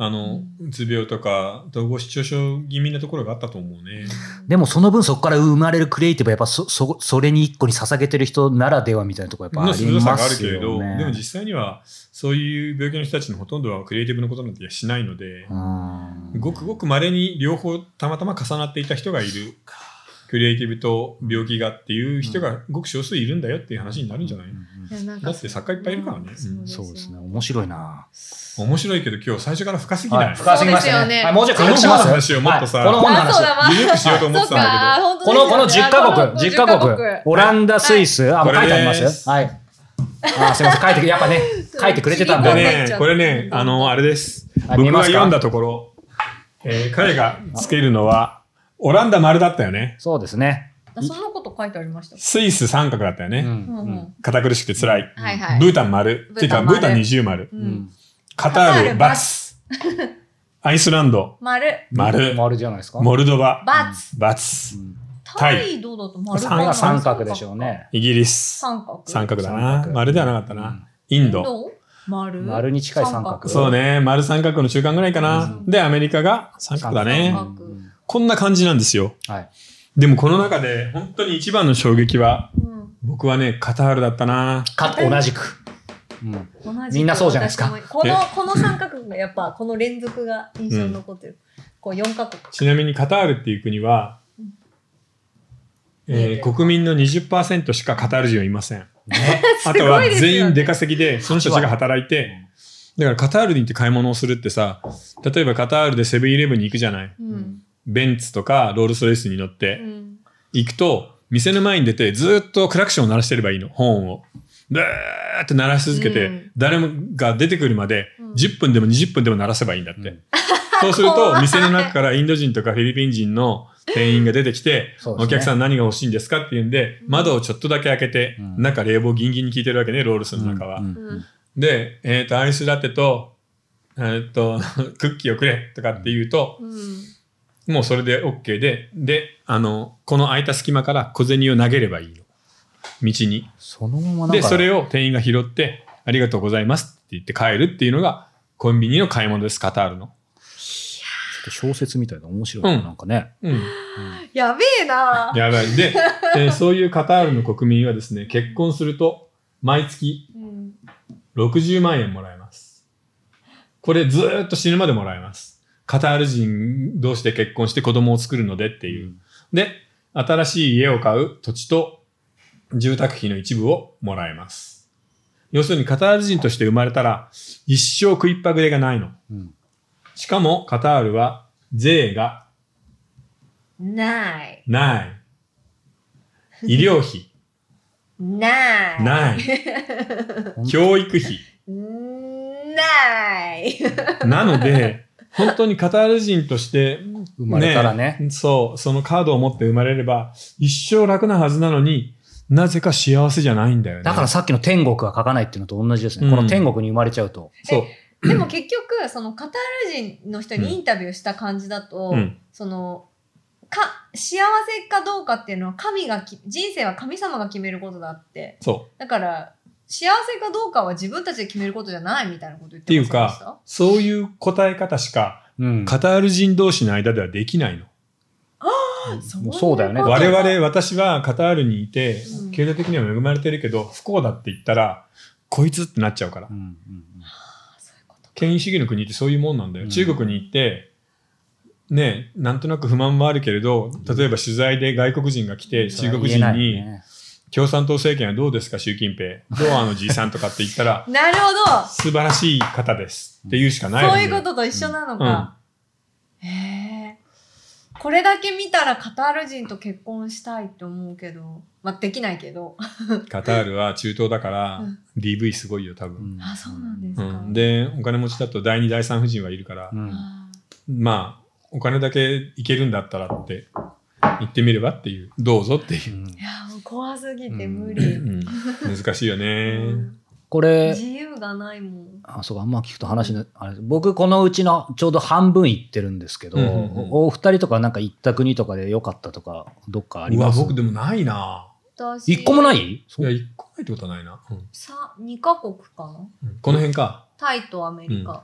[SPEAKER 1] あのうつ病とか統合失調症気味なところがあったと思うね
[SPEAKER 3] でもその分そこから生まれるクリエイティブはやっぱそ、そ、それに一個に捧げてる人ならではみたいなとこやっぱあ
[SPEAKER 1] の
[SPEAKER 3] り
[SPEAKER 1] 鋭さ
[SPEAKER 3] ま
[SPEAKER 1] がある
[SPEAKER 3] す
[SPEAKER 1] けれ
[SPEAKER 3] よ
[SPEAKER 1] ど、
[SPEAKER 3] ね。
[SPEAKER 1] でも実際にはそういう病気の人たちのほとんどはクリエイティブのことなんてしないので、
[SPEAKER 3] うん
[SPEAKER 1] ごくごく稀に両方たまたま重なっていた人がいるクリエイティブと病気がっていう人がごく少数いるんだよっていう話になるんじゃない、
[SPEAKER 3] ううん
[SPEAKER 2] やなんか
[SPEAKER 1] だって作家いっぱいいるからね、うん
[SPEAKER 3] そうです
[SPEAKER 2] よ
[SPEAKER 3] ね。面白いな。
[SPEAKER 1] 面白いけど今日最初から深すぎない、
[SPEAKER 2] 深すぎましたねそうですよね
[SPEAKER 3] はいもうちょい
[SPEAKER 1] この本
[SPEAKER 3] 軽くし
[SPEAKER 1] の
[SPEAKER 3] ます
[SPEAKER 1] 話をもっとさ、
[SPEAKER 3] はいこの本の
[SPEAKER 2] あそうだ
[SPEAKER 3] 話。
[SPEAKER 2] わ
[SPEAKER 1] 緩くしようと思ってたんだけど
[SPEAKER 2] そうか
[SPEAKER 3] この、この10カ国、10カ国。オランダ、スイ
[SPEAKER 2] ス。
[SPEAKER 3] ス、あ、もう書いてありま
[SPEAKER 1] これです
[SPEAKER 3] すはい。あ、すいません。書いて、やっぱね、書いてくれてたん
[SPEAKER 1] こ
[SPEAKER 3] だ
[SPEAKER 1] れ
[SPEAKER 3] ね。
[SPEAKER 1] ね、これね、あの、あれです。
[SPEAKER 3] あ
[SPEAKER 1] 僕
[SPEAKER 3] 見ま
[SPEAKER 1] が
[SPEAKER 3] すか
[SPEAKER 1] 読んだところ、えー彼がつけるのは、オランダ丸だったよね。
[SPEAKER 3] そうですね。
[SPEAKER 2] あそんなこと書いてありました。
[SPEAKER 1] スイス三角だったよ
[SPEAKER 3] う
[SPEAKER 1] ね。
[SPEAKER 2] うん
[SPEAKER 3] ん。
[SPEAKER 1] 堅苦しくて辛い。
[SPEAKER 2] はいはい。
[SPEAKER 1] ブータン丸。っていうか、
[SPEAKER 2] ブ
[SPEAKER 1] ブ
[SPEAKER 2] ー
[SPEAKER 1] ー
[SPEAKER 2] タン
[SPEAKER 1] タン
[SPEAKER 2] 丸
[SPEAKER 1] 二重丸
[SPEAKER 2] う。
[SPEAKER 3] うんん。
[SPEAKER 1] カタ
[SPEAKER 2] カタ
[SPEAKER 1] ー
[SPEAKER 2] ール
[SPEAKER 1] ル、バツ。アイスランド、
[SPEAKER 2] 丸、
[SPEAKER 1] 丸。
[SPEAKER 3] 丸じゃないですか。
[SPEAKER 1] モルドバ、
[SPEAKER 2] バツ。
[SPEAKER 1] バツ
[SPEAKER 3] う。ん
[SPEAKER 1] タイ
[SPEAKER 2] タイどうだと丸
[SPEAKER 3] 三
[SPEAKER 1] 三
[SPEAKER 3] が
[SPEAKER 1] 角
[SPEAKER 3] 三角でしょう。ね。
[SPEAKER 1] イギリス、
[SPEAKER 2] 三角。
[SPEAKER 1] 三角だ
[SPEAKER 3] 三
[SPEAKER 1] な。
[SPEAKER 3] 角
[SPEAKER 1] 丸ではなかった
[SPEAKER 3] う。
[SPEAKER 1] なんインド。
[SPEAKER 2] どう丸。
[SPEAKER 3] 丸に近い三角
[SPEAKER 1] そうね、丸三角の中間ぐらいかな。で、アメリカが三角だね
[SPEAKER 2] 三。角
[SPEAKER 3] うん
[SPEAKER 1] こんな感じなんですよ。
[SPEAKER 3] はい。
[SPEAKER 1] でもこの中で本当に一番の衝撃は、
[SPEAKER 2] うん
[SPEAKER 1] 僕はね、カタールだったな。
[SPEAKER 3] か、同じく。うん。
[SPEAKER 2] 同じく
[SPEAKER 3] みんなそうじゃないですか
[SPEAKER 2] 私もこの
[SPEAKER 1] え
[SPEAKER 2] この三角がやっぱこの連続が印象に残ってる、こう四カ国
[SPEAKER 1] ちなみにカタールっていう国は、えー国民の20%しかカタール人はいません。
[SPEAKER 3] ね。
[SPEAKER 1] あとは
[SPEAKER 2] すごいですよね
[SPEAKER 1] 全員出稼ぎで、その人たちが働いて、だからカタールに行って買い物をするってさ、例えばカタールでセブンイレブンに行くじゃない。
[SPEAKER 2] うん
[SPEAKER 1] ベンツとかロールスロイスに乗っ
[SPEAKER 2] う
[SPEAKER 1] て、
[SPEAKER 2] ん
[SPEAKER 1] 行くと、店の前に出てずーっとクラクションを鳴らしてればいいの、本を。ブーって鳴らし続けて、
[SPEAKER 2] うん
[SPEAKER 1] 誰もが出てくるまで
[SPEAKER 2] うん、
[SPEAKER 1] 10分でも20分でも鳴らせばいいんだって。
[SPEAKER 3] うん
[SPEAKER 1] そうする
[SPEAKER 2] 怖
[SPEAKER 1] と、
[SPEAKER 2] い
[SPEAKER 1] 店の中からインド人とかフィリピン人の店員が出てきて、
[SPEAKER 3] そうですね
[SPEAKER 1] お客さん何が欲しいんですかって言うんで、
[SPEAKER 2] うん
[SPEAKER 1] 窓をちょっとだけ開けて、
[SPEAKER 3] うん
[SPEAKER 1] 中冷房ギンギンに効いてるわけね、ロールスの中は。
[SPEAKER 3] うん
[SPEAKER 2] うん
[SPEAKER 1] で、えっ、と、アイスラテと、えっ、と、 クッキーをくれとかって言うと、
[SPEAKER 2] うん
[SPEAKER 1] もうそれで OK で、で、あの、この空いた隙間から小銭を投げればいいの。道に。
[SPEAKER 3] そのままなんか。
[SPEAKER 1] で、それを店員が拾って、ありがとうございますって言って帰るっていうのが、コンビニの買い物です、カタールの。
[SPEAKER 3] ちょっと小説みたいな面白いな、
[SPEAKER 1] うん
[SPEAKER 3] なんかね。
[SPEAKER 1] うん。
[SPEAKER 2] やべえな
[SPEAKER 1] やばい。で、えーそういうカタールの国民はですね、結婚すると、毎月
[SPEAKER 2] うん
[SPEAKER 1] 60万円もらえます。これずーっと死ぬまでもらえます。カタール人同士で結婚して子供を作るのでっていう。で、新しい家を買う土地と住宅費の一部をもらえます。要するにカタール人として生まれたら、一生食いっぱぐれがないの。
[SPEAKER 3] うん。
[SPEAKER 1] しかもカタールは税が
[SPEAKER 2] ない
[SPEAKER 1] ない。医療費
[SPEAKER 2] ない
[SPEAKER 1] ない。教育費。
[SPEAKER 2] ない
[SPEAKER 1] なので、本当にカタール人として、
[SPEAKER 3] 生まれたらね。
[SPEAKER 1] そう、そのカードを持って生まれれば、一生楽なはずなのに、なぜか幸せじゃないんだよね。
[SPEAKER 3] だからさっきの天国は書かないっていうのと同じですね。
[SPEAKER 1] うん
[SPEAKER 3] この天国に生まれちゃうと。
[SPEAKER 1] そう。
[SPEAKER 2] でも結局そのカタール人の人にインタビューした感じだと、
[SPEAKER 1] うん
[SPEAKER 2] そのか幸せかどうかっていうのは神がき人生は神様が決めることだって
[SPEAKER 1] そう。
[SPEAKER 2] だから、幸せかどうかは自分たちで決めることじゃないみたいなこと言っ
[SPEAKER 1] ってい
[SPEAKER 2] てま
[SPEAKER 1] う
[SPEAKER 2] せんでした
[SPEAKER 1] か、そういう答え方しか、
[SPEAKER 3] うん。
[SPEAKER 1] カタール人同士の間ではできないの。
[SPEAKER 2] い
[SPEAKER 3] もうそうだよね。
[SPEAKER 2] こと
[SPEAKER 1] 我々、私はカタールにいて
[SPEAKER 2] うん、
[SPEAKER 1] 経済的には恵まれてるけど、不幸だって言ったら、こいつってなっちゃうから
[SPEAKER 3] う。んうん
[SPEAKER 2] あそういうこと
[SPEAKER 1] 権威主義の国ってそういうもんなんだよ、
[SPEAKER 3] うん
[SPEAKER 1] 中国に行ってねなんとなく不満もあるけれど例えば取材で外国人が来て中国人に「共産党政権はどうですか習近平どうあのじいさん」とかって言った ら
[SPEAKER 2] なる
[SPEAKER 1] 「
[SPEAKER 2] ほ
[SPEAKER 1] 素晴らしい方です」って言うしかない
[SPEAKER 2] ど
[SPEAKER 1] の
[SPEAKER 2] そ
[SPEAKER 1] よ
[SPEAKER 2] ういうことと一緒なのか。へえ。これだけ見たらカタール人と結婚したいって思うけど、まあ、できないけど。
[SPEAKER 1] カタールは中東だから
[SPEAKER 2] うん
[SPEAKER 1] DV すごいよ多分、
[SPEAKER 2] あ、そうなんです
[SPEAKER 1] う
[SPEAKER 2] か。
[SPEAKER 1] んでお金持ちだと第二第三夫人はいるから、
[SPEAKER 3] うん
[SPEAKER 2] あ
[SPEAKER 1] まあお金だけいけるんだったらって言ってみればっていう どうぞっていうう、
[SPEAKER 3] ん
[SPEAKER 2] ーいや、もう怖すぎて
[SPEAKER 3] うん
[SPEAKER 2] 無
[SPEAKER 1] う
[SPEAKER 2] 理。
[SPEAKER 1] ん難しいよね、
[SPEAKER 2] うん
[SPEAKER 3] これ
[SPEAKER 2] 自由がないもん。
[SPEAKER 3] あそうかあんま聞くと話のあれ僕このうちのちょうど半分行ってるんですけど、
[SPEAKER 1] うんうんうん
[SPEAKER 3] おお二人とかなんか行った国とかで良かったとかどっかあり
[SPEAKER 1] うわ、
[SPEAKER 3] ます
[SPEAKER 1] 僕でもないな。
[SPEAKER 2] 私
[SPEAKER 3] 一個もないい
[SPEAKER 1] いや、一個ないってことはないな。うん
[SPEAKER 2] さ、2カ国かな
[SPEAKER 1] うんこの辺か。
[SPEAKER 2] タイとアメリカ。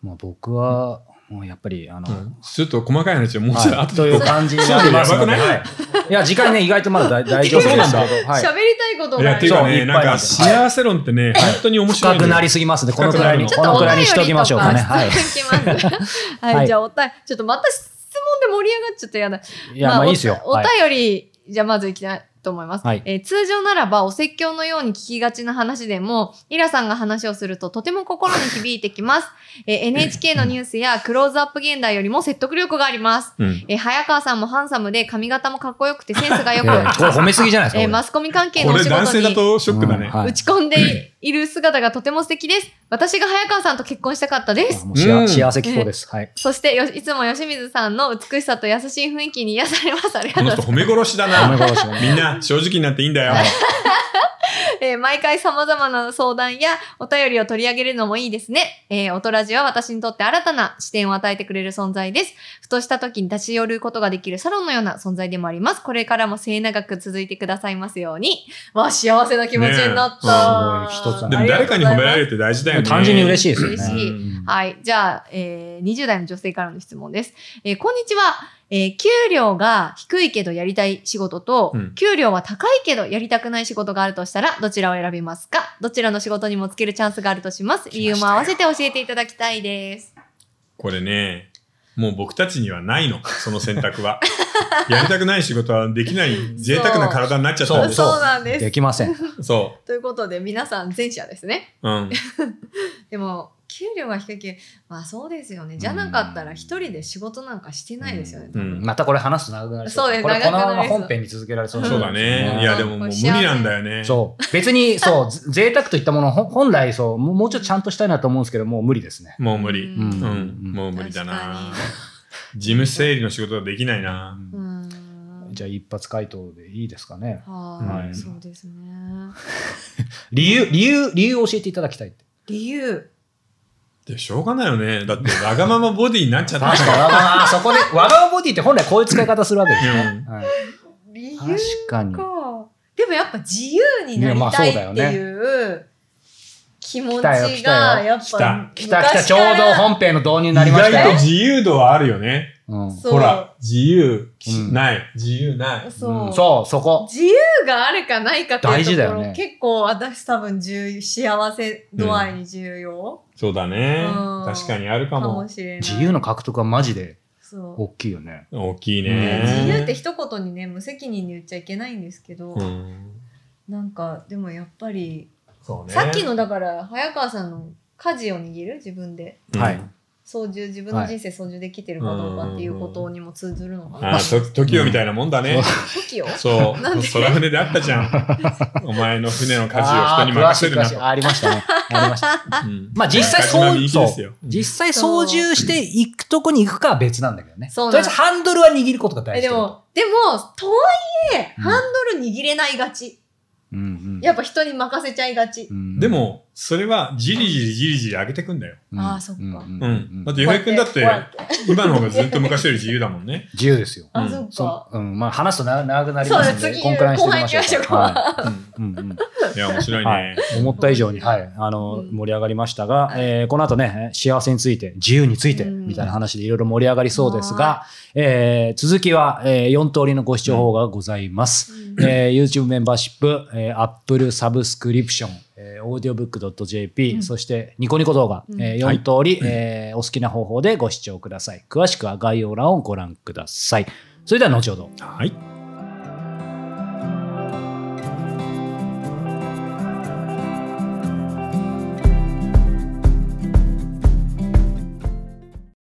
[SPEAKER 3] まあ、僕は、もうやっぱりあの、
[SPEAKER 1] うんちょっと細かい話はもうちょっと
[SPEAKER 3] はい
[SPEAKER 1] 後
[SPEAKER 3] とい
[SPEAKER 1] で
[SPEAKER 3] う感じになりますので、
[SPEAKER 1] やばくない
[SPEAKER 3] はい、いや、次回ね、意外とまだ大大丈夫ですけど、
[SPEAKER 1] そう
[SPEAKER 3] は
[SPEAKER 2] 喋、
[SPEAKER 3] い、
[SPEAKER 2] りたいこと
[SPEAKER 1] い
[SPEAKER 2] が
[SPEAKER 1] や、
[SPEAKER 2] あ
[SPEAKER 1] って
[SPEAKER 2] る
[SPEAKER 1] いうか
[SPEAKER 3] そうい
[SPEAKER 1] ね、
[SPEAKER 3] っぱい
[SPEAKER 1] なん
[SPEAKER 3] あ
[SPEAKER 1] か
[SPEAKER 3] る
[SPEAKER 1] 幸せ論ってね、本当に面白い
[SPEAKER 3] 深
[SPEAKER 1] のよ。
[SPEAKER 3] くなりすぎますね、このくらいに、
[SPEAKER 1] 深
[SPEAKER 3] こ
[SPEAKER 1] くなる
[SPEAKER 3] のくらいにしときましょうかね。
[SPEAKER 2] ちょっとお
[SPEAKER 3] はい
[SPEAKER 2] 便りいっぱいある はい、
[SPEAKER 3] はい
[SPEAKER 2] じゃあおたちょっとまた質問で盛り上がっちゃったやだ。
[SPEAKER 3] いや、まあいいですよ。
[SPEAKER 2] おお
[SPEAKER 3] はい
[SPEAKER 2] 便り、じゃあまずいきたいと思います、
[SPEAKER 3] はい
[SPEAKER 2] えー通常ならばお説教のように聞きがちな話でも、イラさんが話をするととても心に響いてきます。えー NHK のニュースやクローズアップ現代よりも説得力があります。
[SPEAKER 1] うん。
[SPEAKER 2] えー早川さんもハンサムで髪型もかっこよくてセンスがよ
[SPEAKER 3] い
[SPEAKER 2] く、
[SPEAKER 3] やいやこれ褒めすぎじゃないですか。
[SPEAKER 2] えー
[SPEAKER 3] これ
[SPEAKER 2] マスコミ関係の
[SPEAKER 1] こ
[SPEAKER 2] お
[SPEAKER 1] れ
[SPEAKER 2] 仕
[SPEAKER 1] 男
[SPEAKER 2] 事
[SPEAKER 1] 性だ
[SPEAKER 2] に
[SPEAKER 1] とショックだね。
[SPEAKER 3] うんはい
[SPEAKER 2] 打ち込んでいる姿がとても素敵です。私が早川さんと結婚したかったです
[SPEAKER 3] あ。もう幸
[SPEAKER 1] うん
[SPEAKER 3] 幸せ気候です。はい。
[SPEAKER 2] そしてよ、いつも吉水さんの美しさと優しい雰囲気に癒されます。あり
[SPEAKER 1] こ
[SPEAKER 2] がとうございま
[SPEAKER 1] の
[SPEAKER 2] す
[SPEAKER 1] 人。褒め殺しだ
[SPEAKER 3] ごめん
[SPEAKER 1] な。
[SPEAKER 3] ごめんごめん
[SPEAKER 1] みんな、正直になっていいんだよ。
[SPEAKER 2] えー毎回様々な相談やお便りを取り上げるのもいいですね。えー、おとらじは私にとって新たな視点を与えてくれる存在です。ふとした時に立ち寄ることができるサロンのような存在でもあります。これからも末永く続いてくださいますように。わあ、幸せな気持ちになった。
[SPEAKER 3] ねえすごい一つだ
[SPEAKER 1] で
[SPEAKER 3] ね
[SPEAKER 1] も誰かに褒められ
[SPEAKER 2] る。
[SPEAKER 1] るって大事だよね。
[SPEAKER 3] 単純に嬉しいですよね。
[SPEAKER 2] 嬉しい
[SPEAKER 3] うん
[SPEAKER 2] はい。じゃあ、えー20代の女性からの質問です。えーこんにちは。えー給料が低いけどやりたい仕事と、
[SPEAKER 1] うん
[SPEAKER 2] 給料は高いけどやりたくない仕事があるとしたら、どちらを選びますかどちらの仕事にもつけるチャンスがあるとします。理由も合わせて教えていただきたいです。
[SPEAKER 1] これね、もう僕たちにはないの、その選択 は。やりたくない仕事はできない、贅沢な体になっちゃったんです
[SPEAKER 3] そう
[SPEAKER 2] なん
[SPEAKER 3] で。きません。
[SPEAKER 1] そ
[SPEAKER 2] ということで、皆さん前者ですね。
[SPEAKER 1] う。うん。
[SPEAKER 2] でも、給料が低いけ、まあそうですよね。じゃなかったら一人で仕事なんかしてないですよね。
[SPEAKER 1] うんうん
[SPEAKER 3] またこれ話すと長くなりそ
[SPEAKER 2] そううです
[SPEAKER 3] これこのま
[SPEAKER 2] 長くな
[SPEAKER 3] ま
[SPEAKER 2] りそう
[SPEAKER 3] 本編に続けられそう
[SPEAKER 1] そうだね。いや、でももう無理なんだよね。
[SPEAKER 3] そう。別に、そう、ず贅沢といったもの、ほ本来、そう、もうもうちょっとちゃんとしたいなと思うんですけど、もう無理ですね。
[SPEAKER 1] もう無理。
[SPEAKER 2] うん
[SPEAKER 1] うん、もう無理だな。事務整理の仕事はできないな。
[SPEAKER 2] うーん
[SPEAKER 3] じゃあ、一発回答でいいですかね。
[SPEAKER 2] は
[SPEAKER 1] う
[SPEAKER 2] い、
[SPEAKER 1] ん
[SPEAKER 2] そうですね。
[SPEAKER 3] 理由、理由、理由を教えていただきたいって。
[SPEAKER 2] 理由。
[SPEAKER 1] で、しょうがないよね。だって、わがままボディになっちゃった
[SPEAKER 3] 確かに、わがままそこで、わがままボディって本来こういう使い方するわけですよ。
[SPEAKER 1] うん
[SPEAKER 3] はい
[SPEAKER 2] 理由
[SPEAKER 3] 確かに。
[SPEAKER 2] か。でもやっぱ自由になりたいっていう気持ち
[SPEAKER 3] 来た
[SPEAKER 2] が
[SPEAKER 3] よ
[SPEAKER 2] やっ
[SPEAKER 1] 来たよ
[SPEAKER 2] ぱ
[SPEAKER 3] きたきた、ちょうど本編の導入 になりまし
[SPEAKER 1] 意
[SPEAKER 3] た
[SPEAKER 1] 外と
[SPEAKER 3] よ。
[SPEAKER 1] 自由度はあるよね。
[SPEAKER 3] うん
[SPEAKER 2] そう
[SPEAKER 1] ほら、自由、
[SPEAKER 3] うん
[SPEAKER 1] ない。自由ない。
[SPEAKER 2] そう,、
[SPEAKER 3] うんそう、そこ。
[SPEAKER 2] 自由があるかないかっていうところ
[SPEAKER 3] 大事だよね
[SPEAKER 2] 結構私多分重要幸せ度合いに重要
[SPEAKER 1] そうだね
[SPEAKER 2] うん。
[SPEAKER 1] 確かにあるか
[SPEAKER 2] かも
[SPEAKER 1] も。
[SPEAKER 2] しれない。
[SPEAKER 3] 自由の獲得はマジで
[SPEAKER 2] そう
[SPEAKER 3] 大きいよね。
[SPEAKER 1] 大きい
[SPEAKER 3] うん
[SPEAKER 1] ね。
[SPEAKER 2] 自由って一言にね無責任に言っちゃいけないんですけど、
[SPEAKER 1] うん。
[SPEAKER 2] なんかでもやっぱり、
[SPEAKER 1] そうね。
[SPEAKER 2] さっきのだから早川さんの家事を握る自分で
[SPEAKER 1] うん
[SPEAKER 3] はい
[SPEAKER 2] 操縦自分の人生操縦できてるかどうかっていうことにも通ずるのか
[SPEAKER 1] あ
[SPEAKER 2] な。
[SPEAKER 1] あ、と、時よみたいなもんだね。
[SPEAKER 2] 時を
[SPEAKER 1] そう。
[SPEAKER 2] なんで
[SPEAKER 1] 空船であったじゃん。お前の船の舵を人に
[SPEAKER 3] あー詳
[SPEAKER 1] 任
[SPEAKER 3] しい
[SPEAKER 1] せるな
[SPEAKER 3] 詳しい
[SPEAKER 1] と。
[SPEAKER 3] ありましたね。ありました。
[SPEAKER 1] うん
[SPEAKER 3] まあ実際そう
[SPEAKER 1] 中島みゆきですよ。
[SPEAKER 3] 実際操縦していくとこに行くかは別なんだけどね。
[SPEAKER 2] そう
[SPEAKER 3] とりあ
[SPEAKER 2] な
[SPEAKER 3] え
[SPEAKER 2] ん
[SPEAKER 3] ずハンドルは握ることが大
[SPEAKER 2] えで
[SPEAKER 3] 事だと。
[SPEAKER 2] も、でも、とはいえ、
[SPEAKER 3] うん
[SPEAKER 2] ハンドル握れないがち。
[SPEAKER 3] うんうん
[SPEAKER 2] やっぱ人に任せちゃいがち。
[SPEAKER 3] うん
[SPEAKER 1] でも、それは、じりじりじりじり上げてくんだよ。
[SPEAKER 3] うん
[SPEAKER 2] あーそっか
[SPEAKER 3] うん
[SPEAKER 1] う。
[SPEAKER 3] うんんう
[SPEAKER 1] だっ
[SPEAKER 3] ん
[SPEAKER 1] て、洋平くんだって
[SPEAKER 2] こうや、ってこうやって
[SPEAKER 1] 今の方がずっと昔より自由だもん ね。
[SPEAKER 3] 自由ですよ。
[SPEAKER 2] あ、
[SPEAKER 1] うん
[SPEAKER 2] そっ
[SPEAKER 3] そ
[SPEAKER 2] か。
[SPEAKER 3] ううんまあ話すと長長くなりますの
[SPEAKER 2] そう
[SPEAKER 3] で、
[SPEAKER 2] だ次
[SPEAKER 3] こんくらいにしておきましょうか。
[SPEAKER 2] 後半行きま
[SPEAKER 1] うん
[SPEAKER 3] はいうんうん
[SPEAKER 1] いや、面白い
[SPEAKER 3] は
[SPEAKER 1] ね
[SPEAKER 3] い。 思った以上に、はい、あの、
[SPEAKER 2] うん
[SPEAKER 3] 盛り上がりましたが、
[SPEAKER 2] はい
[SPEAKER 3] えーこの後ね、幸せについて、自由について、
[SPEAKER 2] うん
[SPEAKER 3] みたいな話でいろいろ盛り上がりそうですが、えー続きは、え4通りのご視聴法がございます。
[SPEAKER 2] うん
[SPEAKER 3] えー YouTube メンバーシップ、えー Apple サブスクリプション、えー audiobook.jp、
[SPEAKER 2] うん
[SPEAKER 3] そしてニコニコ動画、
[SPEAKER 2] うん
[SPEAKER 3] え4通り、えーお好きな方法でご視聴ください。詳しくは概要欄をご覧ください。それでは後ほど。
[SPEAKER 1] はい。